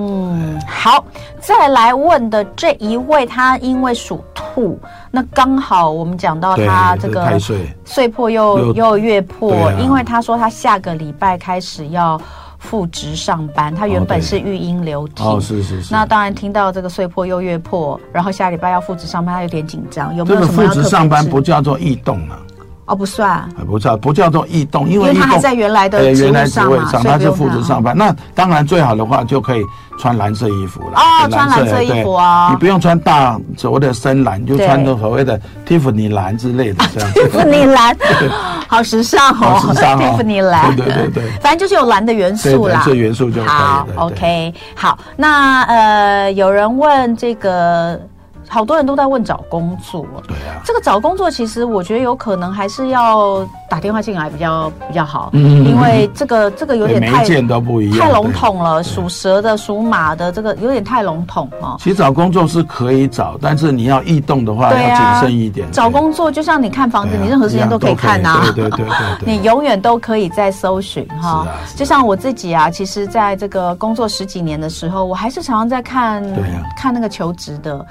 A: 好，再来问的这一位，他因为属兔，那刚好我们讲到
B: 对
A: 他，这
B: 这
A: 个
B: 太岁。
A: 岁破又
B: 又
A: 又月破，
B: 对啊
A: 因为他说他下个礼拜开始要复职上班，他原本
B: 哦对
A: 是育婴留体。
B: 哦，是是是。
A: 那当然，听到这个岁破又月破，然后下礼拜要复职上班，他有点紧张，有没
B: 这
A: 有
B: 个
A: 什么
B: 副
A: 要特
B: 职
A: 别
B: 上班
A: 注意
B: 不叫做异动啊，
A: 哦不 算，
B: 哎不叫不叫做异动，因
A: 因
B: 为
A: 为
B: 异
A: 他还
B: 动
A: 在原来的
B: 呃
A: 职
B: 原
A: 务
B: 来职
A: 上
B: 位
A: 嘛，
B: 上，
A: 所以
B: 他
A: 不
B: 是
A: 用
B: 副职
A: 怕
B: 上班。那当然最好的话就可以穿蓝色衣服了。
A: 哦
B: 对
A: 穿蓝色衣服啊
B: 对你不用穿大所谓的深蓝，你就
A: 对
B: 穿着所谓的 Tiffany 蓝之类
A: 啊
B: 的这样子。
A: 蒂芙尼蓝， 好时尚哦，
B: 好时尚哦
A: 蒂芙尼蓝，
B: 对对对对
A: 反正就是有蓝的元 素
B: 对
A: 啦
B: 蓝。色元素就可以了
A: 好。
B: 对
A: ，OK，好，那呃，有人问这个，好多人都在问找工作。
B: 对啊，
A: 这个找工作，其实我觉得有可能还是要打电话进来比较比较好，
B: 嗯
A: 因为这个这个有
B: 对
A: 点
B: 每
A: 太
B: 一件都不一样，
A: 太笼
B: 对。
A: 统了，属蛇的、属马的，这个有点太笼统哦。
B: 其实找工作是可以找，但是你要异动的话
A: 对啊
B: 要谨慎一点。
A: 找
B: 对
A: 工作就像你看房子，
B: 对啊
A: 你任何时间都可以看呐、
B: 一样都可以对对对对对
A: 你永远都可以在搜寻哈
B: 是啊是啊
A: 就像我自己啊，其实在这个工作十几年的时候，我还是常常在看、
B: 对啊
A: 看那个求职的。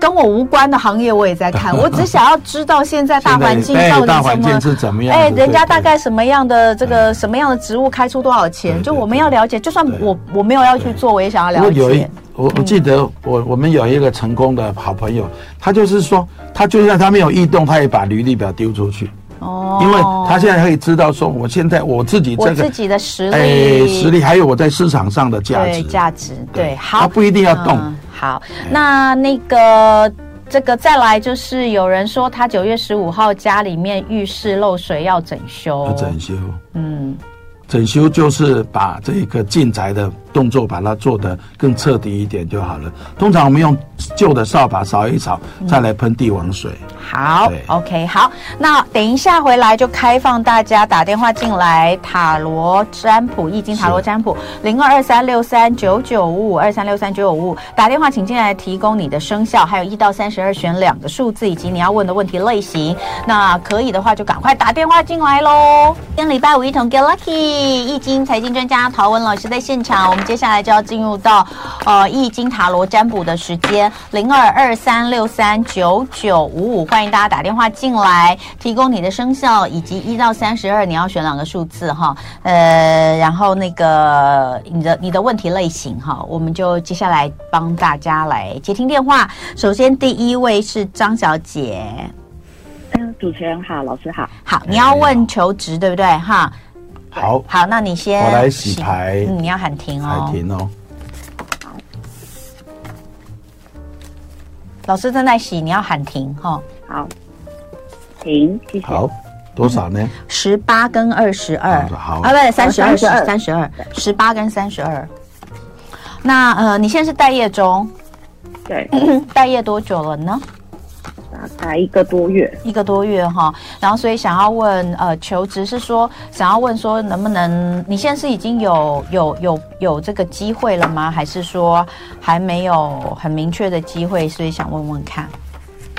A: 跟我无关的行业我也在 看，我只想要知道现在大环境
B: 现在
A: 到
B: 哎大
A: 底
B: 环境
A: 什
B: 是
A: 么。
B: 怎么样？
A: 哎，
B: 对
A: 人家
B: 对
A: 大概什么样的这个
B: 嗯
A: 什么样的职务开出多少钱？
B: 对
A: 就
B: 对
A: 我们要了解，就算
B: 对
A: 我我没有要去做，我也想要了
B: 我有一
A: 解。
B: 我我记得我我们有一个成功的好朋友，他就是说，他就算他没有异动，他也把履历表丢出去，
A: 哦
B: 因为他现在可以知道说，我现在我自己
A: 我
B: 这
A: 自
B: 个
A: 己的实
B: 哎
A: 力
B: 实力，还有我在市场上的价
A: 对
B: 值，
A: 价值，对，好，
B: 他不一定要动。哎
A: 嗯好，那那个。这个再来就是有人说他九月十五号家里面浴室漏水要整修
B: 要，整修，
A: 嗯，
B: 整修就是把这个进宅的动作把它做得更彻底一点就好了。通常我们用旧的扫把扫一扫，
A: 嗯
B: 再来喷帝王水。
A: 好
B: 对
A: ，OK，好，那等一下回来就开放大家打电话进来，塔罗占卜、易经塔罗占卜，零二二三六三九九五五二三六三九九五五，打电话请进来提供你的生肖，还有一到三十二选两个数字，以及你要问的问题类型。那可以的话就赶快打电话进来喽。今天礼拜五一同 get lucky，易经财经专家陶文老师在现场，我们接下来就要进入到呃易经塔罗占卜的时间，零二二三六三九九五五，欢迎大家打电话进来，提供你的生肖以及一到三十二，你要选两个数字哈，呃，然后那个你的你的问题类型哈，我们就接下来帮大家来接听电话。首先第一位是张小姐，
C: 嗯，主持人好，老师好。
A: 好，你要问求职对不对哈？
B: 好，
A: 好，那你先
B: 我来洗牌
A: 嗯，你要喊停哦
B: 才。停哦。
A: 老师正在洗，你要喊停哈。
C: 好，停，谢谢。
B: 好，多少呢？
A: 十八跟二十二，
B: 好
A: 啊，不对，三十二、
C: 32
A: 三十二，十八跟三十二。那呃，你现在是待业中，
C: 对，
A: 待业多久了呢？
C: 大概一个多月。
A: 一个多月哈，然后所以想要问，呃，求职是说想要问说能不能？你现在是已经有有有有这个机会了吗？还是说还没有很明确的机会？所以想问问看。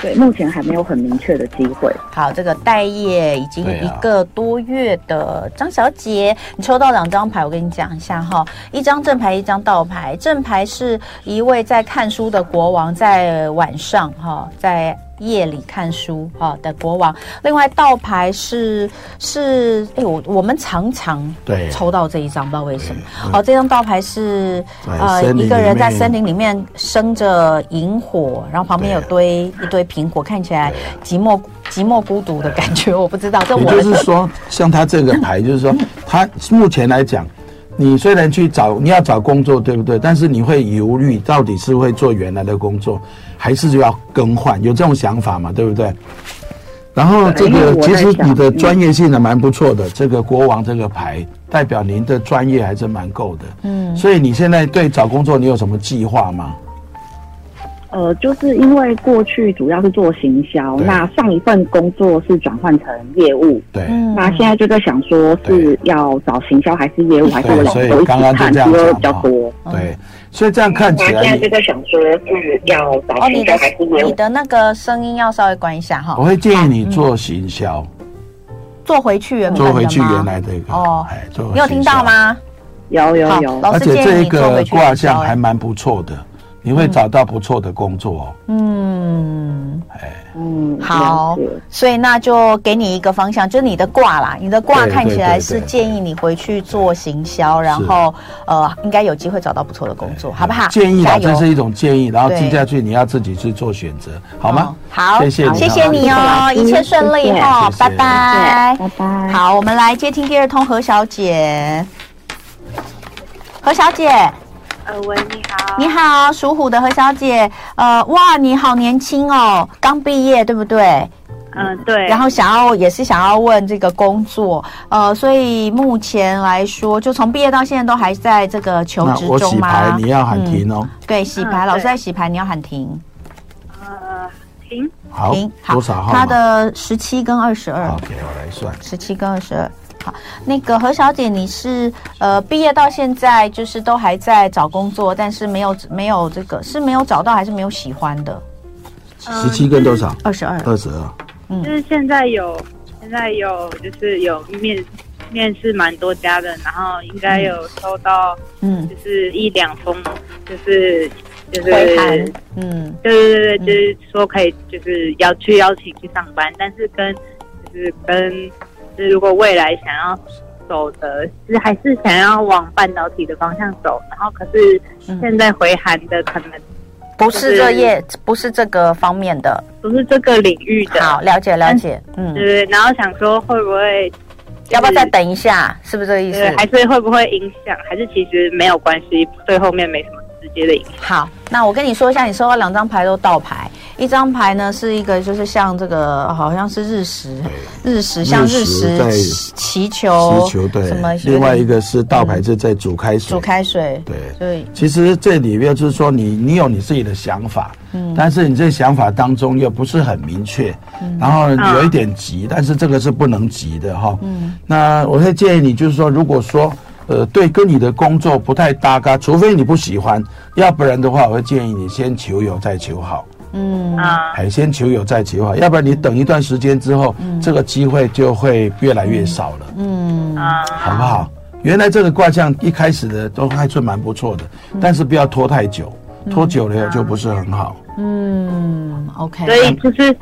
C: 对，目前还没有很明确的机会。
A: 好，这个待业已经
B: 对
A: 一
B: 啊
A: 个多月的张小姐，你抽到两张牌，我跟你讲一下哈，一张正牌，一张倒牌。正牌是一位在看书的国王，在晚上哈，在夜里看书哈的国王。另外倒牌是是，哎、我我们常常
B: 对
A: 抽到这一张，不知道为什么。
B: 对对
A: 哦，这张倒牌是呃
B: 在森林
A: 一个人
B: 里
A: 在
B: 面
A: 森林里面生着萤火，然后旁边有
B: 对
A: 堆
B: 啊
A: 一堆苹果，看起来寂寞寂寞孤独的感觉，我不知道。这
B: 也
A: 我
B: 就是说，像他这个牌，就是说，他目前来讲，你虽然去找你要找工作，对不对？但是你会犹豫，到底是会做原来的工作，还是就要更换？有这种想法嘛？对不对？然后这
C: 对因为
B: 个
C: 我在
B: 其实
C: 想
B: 你的
C: 嗯
B: 专业性还蛮不错的，这个国王这个牌代表您的专业还是蛮够的。嗯，所以你现在对找工作你有什么计划吗？
C: 呃，就是因为过去主要是做行销，
B: 对
C: 那上一份工作是转换成业务，
B: 对，
A: 嗯
C: 那现在就在想说是要找行销还是业务，还是我
B: 对
C: 两
B: 所以
C: 个一起
B: 刚刚就
C: 看，
B: 这样
C: 因为
B: 讲
C: 比较
B: 嘛
C: 多。嗯
B: 对，所以这样看起来你，
C: 在想说是要找
A: 哦，你的你的那个声音要稍微关一下
B: 我
A: 哈，
B: 会建议你做行销，
A: 嗯坐回去原本
B: 做
A: 的
B: 回去
A: 吗
B: 原来的一个
A: 哦
B: 哎做回
A: 你有听到
B: 行销
A: 吗？
C: 有有
A: 好
C: 有
A: 老，
B: 而
A: 师
B: 且
A: 建
B: 这
A: 议
B: 一
A: 你做
B: 个
A: 回去
B: 卦
A: 营销
B: 象
A: 哎
B: 还蛮不错的，你会找到不错的工作哦。
A: 嗯，
C: 嗯，
A: 好
C: 了解，
A: 所以那就给你一个方向，就是你的卦啦，你的卦
B: 对
A: 看起来
B: 对对
A: 是
B: 对
A: 建议你回去做行销，然后呃，应该有机会找到不错的工作，好不好？
B: 哎建议
A: 加
B: 啦，
A: 油
B: 这是一种建议，然后
A: 对
B: 记下去，你要自己去做选择，好吗？
A: 好，
B: 谢谢你，嗯
A: 谢谢你哦，
C: 好
A: 一切顺利哦，
B: 谢谢
A: 拜拜。
C: 拜拜。
A: 好，我们来接听第二通何小姐。何小姐，
D: 呃，喂，你好。
A: 你好，属虎的何小姐，呃，哇，你好年轻哦，刚毕业对不对？
D: 嗯、对。
A: 然后想要也是想要问这个工作，呃，所以目前来说，就从毕业到现在都还在这个求
B: 那
A: 职
B: 我
A: 中
B: 洗牌
A: 吗？，嗯
B: 你要喊停哦。
A: 对，洗牌，
D: 嗯
A: 老师
D: 对
A: 在洗牌，你要喊停。
D: 呃，停。
B: 好
A: 停，，
B: 多少号码？
A: 他的十七跟二十二
B: 好，。给我来算。
A: 十七跟二十二。好，那个何小姐，你是呃毕业到现在就是都还在找工作，但是没有没有这个是没有找到还是没有喜欢的？
D: 嗯
B: 十七跟多少？
A: 二十二。
B: 二十二。
D: 就是现在有，现在有，就是有面面试蛮多家的，然后应该有收到，
A: 嗯，
D: 就是一两封，就是就是
A: 回函。嗯
D: 对对对对，就是说可以，就是要去邀请去上班，但是跟就是跟就是如果未来想要走的，就是还是想要往半导体的方向走，然后可是
A: 嗯
D: 现在回函的可能
A: 不是这业，不是这个方面的。
D: 不是这个领域的，
A: 好，了解了解。
D: 对
A: 嗯，
D: 对，然后想说会不会、就是
A: 要不要再等一下？是不是这个意
D: 对，还
A: 思？
D: 是会不会影响？还是其实没有关系，对后面没什么直接的影响。
A: 好，那我跟你说一下，你收到两张牌都倒牌，一张牌呢是一个就是像这个好像是日食，日食像日
B: 日食在
A: 食祈求
B: 十球对
A: 哦什么，
B: 另外一个是倒牌是在煮开水
A: 煮。开水，
B: 对。
A: 所以
B: 其实这里面就是说你，你有你自己的想法，但是你这想法当中又不是很明确，然后
D: 啊
B: 有一点急，但是这个是不能急的哈。那我会建议你，就是说，如果说呃对跟你的工作不太搭嘎，除非你不喜欢，要不然的话，我会建议你先求有再求好，
A: 嗯
D: 啊、
B: 哎，先求有再求好，要不然你等一段时间之后，这个机会就会越来越少了。
A: 嗯，
D: 啊、
B: 好不好？原来这个卦象一开始的都还是蛮不错的，但是不要拖太久，拖久了以后就不是很好。
A: 嗯，OK，
D: 所以就是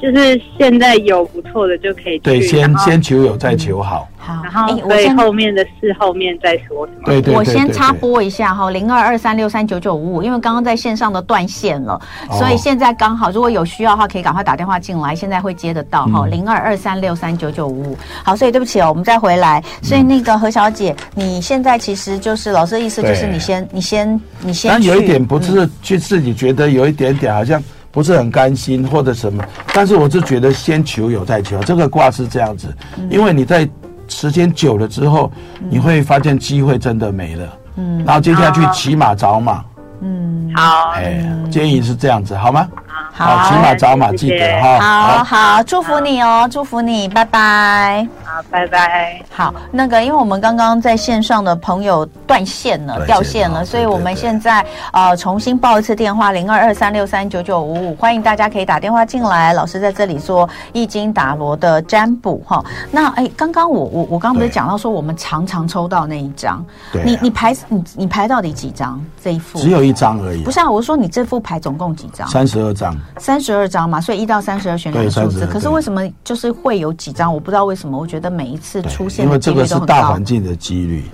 D: 就是现在有不错的就可以去，
B: 对，先
D: 然后
B: 先求有，再求好。
A: 好，
D: 然后
A: 哎我
D: 所以
A: 先
D: 后面的事后面再说什么。
B: 对对对
A: 我先
B: 对
A: 插
B: 对
A: 播一下哈，零二二三六三九九五五，因为刚刚在线上的断线了，
B: 哦
A: 所以现在刚好，如果有需要的话，可以赶快打电话进来，现在会接得到
B: 嗯
A: 哈，零二二三六三九九五五。好，所以对不起哦，我们再回来。
B: 嗯
A: 所以那个何小姐，你现在其实就是老师的意思，就是
B: 对
A: 你先，你先，你先去。嗯
B: 但有一点不是去自己觉得有一点点好像不是很甘心或者什么，但是我是觉得先求有再求好，这个卦是这样子，
A: 嗯
B: 因为你在时间久了之后，你会发现机会真的没了。嗯，然后接下去骑马找马，
A: 嗯，
D: 好，
B: 哎，建议是这样子，好吗？
D: 吗？
A: 好
B: 好，起码早马记得哈。
A: 好好，祝福你哦，祝福你，拜拜。
D: 好，拜拜。
A: 好，那个，因为我们刚刚在线上的朋友断线了，
B: 断线
A: 掉线了，
B: 了
A: 所以
B: 对对
A: 我们
B: 对
A: 现在呃重新报一次电话零二二三六三九九五五，欢迎大家可以打电话进来，老师在这里做易经打罗的占卜哈。那哎，刚刚我我我刚刚不是
B: 对
A: 讲到说我们常常抽到那一张，
B: 对啊
A: 你你排你你排到底几张这一副？
B: 只有一张而已
A: 不，是啊啊，我说你这副牌总共几张？
B: 三十二张。
A: 三十二张嘛，所以一到三十二选两个
B: 对
A: 数字。
B: 32
A: 可是
B: 对
A: 为什么就是会有几张？我不知道为什么，我觉得每一次
B: 对
A: 出现
B: 因
A: 的
B: 为
A: 几
B: 这
A: 率
B: 个
A: 都
B: 是
A: 很
B: 大
A: 高
B: 环。境的几率。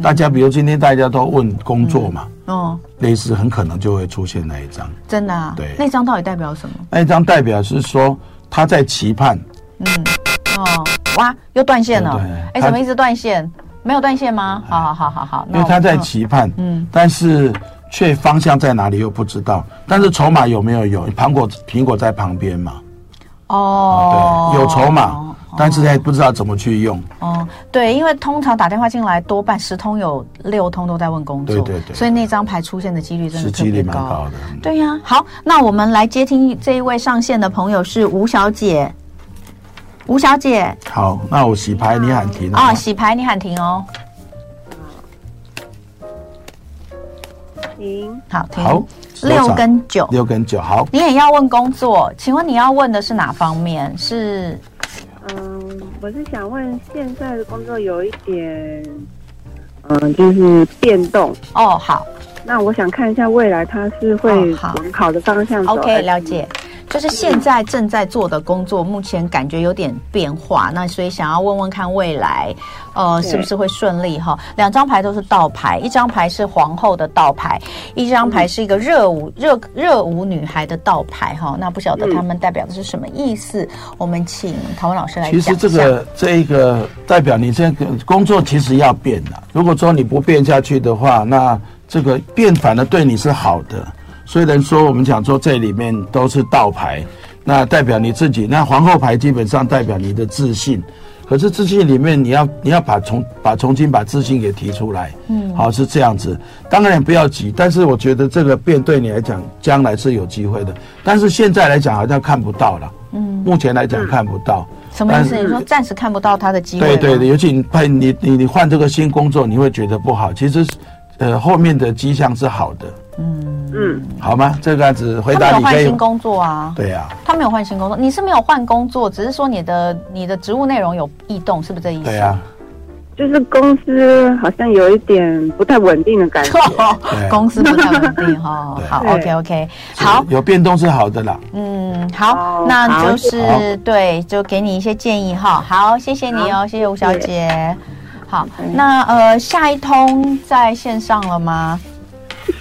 B: 大家比如今天大家都问工作嘛，
A: 嗯，
B: 类似很可能就会出现那一张。
A: 真的啊。
B: 对
A: 那张到底代表什么？
B: 那一张代表是说他在期盼，
A: 哦，哇，又断线了
B: 对。
A: 哎，
B: 他哎
A: 怎么一直断线？没有断线吗？好好好好好，
B: 因为
A: 我
B: 他在
A: 嗯
B: 期盼，
A: 嗯
B: 但是却方向在哪里又不知道。但是筹码有没有有？苹果苹果在旁边嘛，
A: 哦，
B: 啊对，有筹码，但是还不知道怎么去用。
A: 哦，对，因为通常打电话进来，多半十通有六通都在问工作，
B: 对对对
A: 所以那张牌出现的几率真的
B: 是
A: 特
B: 几率
A: 别
B: 蛮高
A: 高
B: 的。嗯
A: 对呀、好，那我们来接听这一位上线的朋友是吴小姐，吴小姐
B: 好，那我洗牌，你喊停
A: 啊、
B: 好吗
A: 洗牌你喊停哦，
D: 停，
A: 好停，
B: 好，
A: 六
B: 多少
A: 跟九，
B: 六跟九，好，
A: 你也要问工作，请问你要问的是哪方面？是
D: 嗯，我是想问，现在的工作有一点
C: 嗯，就是变动。
A: 哦，好
C: 那我想看一下未来它是会
A: 哦好
C: 往好的方向走。
A: ，OK，了解。就是现在正在做的工作，目前感觉有点变化，那所以想要问问看未来，呃，
C: 对
A: 是不是会顺利哈？两张牌都是倒牌，一张牌是皇后的倒牌，一张牌是一个热舞热热舞女孩的倒牌哈。那不晓得他们代表的是什么意思？我们请陶文老师来
B: 其
A: 讲一下。
B: 实这个这一个代表你这个工作其实要变了。如果说你不变下去的话，那这个变反而对你是好的。虽然说我们讲说这里面都是倒牌，那代表你自己。那皇后牌基本上代表你的自信，可是自信里面你要你要把重把重新把自信给提出来。嗯，好是这样子。当然不要急，但是我觉得这个变对你来讲将来是有机会的，但是现在来讲好像看不到了。嗯，目前来讲看不到。
A: 什么意思？
B: 但
A: 你说暂时看不到他的机会
B: 嗯对
A: 吗？
B: 对对，尤其你换你你你换这个新工作，你会觉得不好。其实是，呃，后面的迹象是好的，
C: 嗯，
B: 好吗？这个样子回
A: 他没
B: 答
A: 有
B: 你
A: 换
B: 可以
A: 新。工作啊，
B: 对呀、
A: 他没有换新工作，你是没有换工作，只是说你的你的职务内容有异动，是不是这意思？
B: 对
C: 啊
B: 啊呀、
C: 就是公司好像有一点不太稳定的感觉。
B: 对
A: 公司不太稳定哈。好
C: 对
A: ，OK OK，好，
B: 有变动是好的啦。
A: 嗯，
C: 好
A: 好，那就
B: 好
A: 是对，就给你一些建议哈。好，谢谢你哦，谢谢吴小姐。好，那呃，下一通在线上了吗？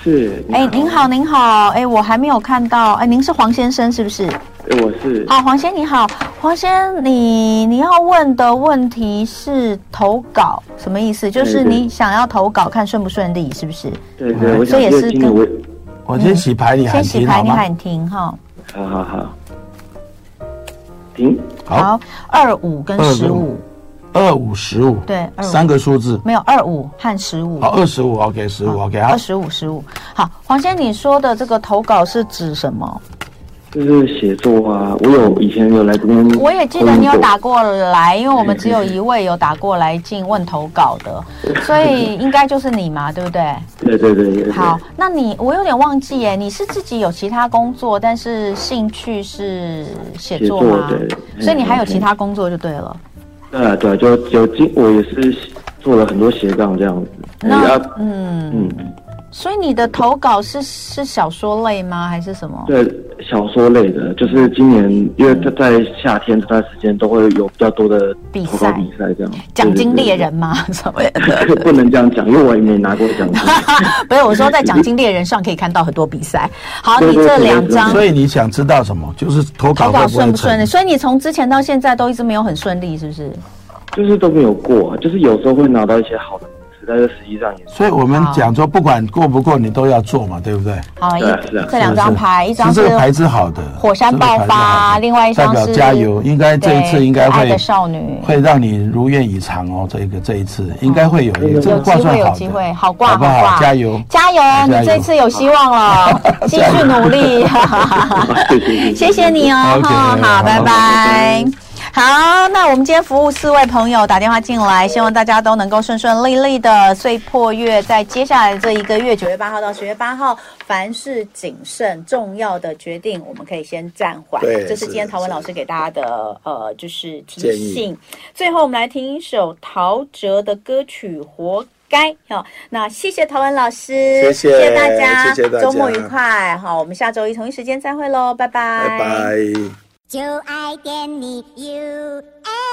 E: 是，你
A: 哎，您好，您好，哎，我还没有看到，哎，您是黄先生是不是？
E: 哎我是
A: 好，黄先你好，黄先你你要问的问题是投稿，什么意思？就是
E: 对对
A: 你想要投稿，看顺不顺利，是不是？
E: 对对，
B: 嗯
E: 我
A: 所
E: 想
A: 以啊也
E: 就是今天
A: 跟
E: 我，
B: 我先洗牌，你喊
A: 嗯先洗
B: 停
A: 牌，
B: 好
A: 你
B: 吗？
A: 喊停哈。
E: 好好好，停，
B: 好，，
A: 二五跟
B: 25
A: 十五，
B: 二五十五，
A: 对，二
B: 三
A: 五
B: 个数字。
A: 没有二五和十五。啊
B: 好，二十五，OK，十五，OK，好
A: 二。十五十五。好，黄先你说的这个投稿是指什么？
E: 就是写作啊，我有以前有来这边，
A: 我也记得你有打，过来，因为我们
E: 嗯
A: 只有一位有打过来进问投稿的，所以应该就是你嘛，对不对？
E: 对对对对对，
A: 好，那你我有点忘记耶，你是自己有其他工作，但是兴趣是写
E: 写
A: 作
E: 作嗯
A: 吗？
E: 对，
A: 所以你还有其
E: 他。
A: 他工作就对了。
E: 对啊，对啊，就有经，我也是做了很多斜杠这样子。
A: 那
E: 啊，
A: 嗯，
E: 嗯，
A: 所以你的投稿是是小说类吗？还是什么？
E: 对，小说类的，就是今年，因为他在夏天这段时间都会有比较多的
A: 嗯比
E: 投
A: 赛
E: 稿比赛这样。
A: 奖金
E: 对
A: 猎人，吗？ 什么的？
E: 对对 对不能这样讲，因为我也没拿过奖 金。
A: 不是，我说在奖金猎人上可以看到很多比赛。好，
E: 对
A: 你
E: 对
A: 这
E: 对
A: 两
E: 对
A: 张
B: 所以你想知道什么？就是投
A: 投
B: 稿
A: 稿
B: 会不
A: 顺
B: 会
A: 不顺利？
B: 成？
A: 所以你从之前到现在都一直没有很顺利，是不是？
E: 啊就是都没有过，就是有时候会拿到一些好的名次，在这实际上 也是。
B: 所以我们讲说，不管过不过，你都要做嘛，对不对？
A: 好，一
E: 是啊是啊
A: 这两张牌，一
B: 其实
A: 张
B: 这
A: 是
B: 个牌是好的，
A: 火山爆
B: 这个牌是好
A: 发，啊
B: 的
A: 另外一
B: 代
A: 张
B: 表
A: 是
B: 加油，应该这一次应该
A: 对爱
B: 会
A: 的少女，
B: 会让你如愿以偿哦。这一个这一次应该会有一个，这
A: 有
B: 个
A: 机
B: 卦算
A: 会有
B: 好的
A: 机会，好挂
B: 好不
A: 挂，
B: 好？加油！
A: 加油！
B: 油
A: 你这次有希望 了，继续努力， 谢谢你哦，
B: OK，
A: 哈好，
B: 好
A: 拜
B: 好
A: 拜。好，那我们今天服务四位朋友打电话进来，希望大家都能够顺顺利利的岁破月，在接下来这一个月，九月八号到十月八号，凡事谨慎，重要的决定我们可以先暂缓。
B: 对
A: 这是
B: 是
A: 今天陶文
B: 是
A: 老师给大家的呃，就是提
B: 建议
A: 醒。最后，我们来听一首陶喆的歌曲《活该》哈、那谢谢陶文老师，
B: 谢谢
A: 谢大家，
B: 谢谢大家
A: 周末愉快。好，我们下周一同一时间再会喽，拜拜，
B: 拜拜。
F: 就爱点你 U。F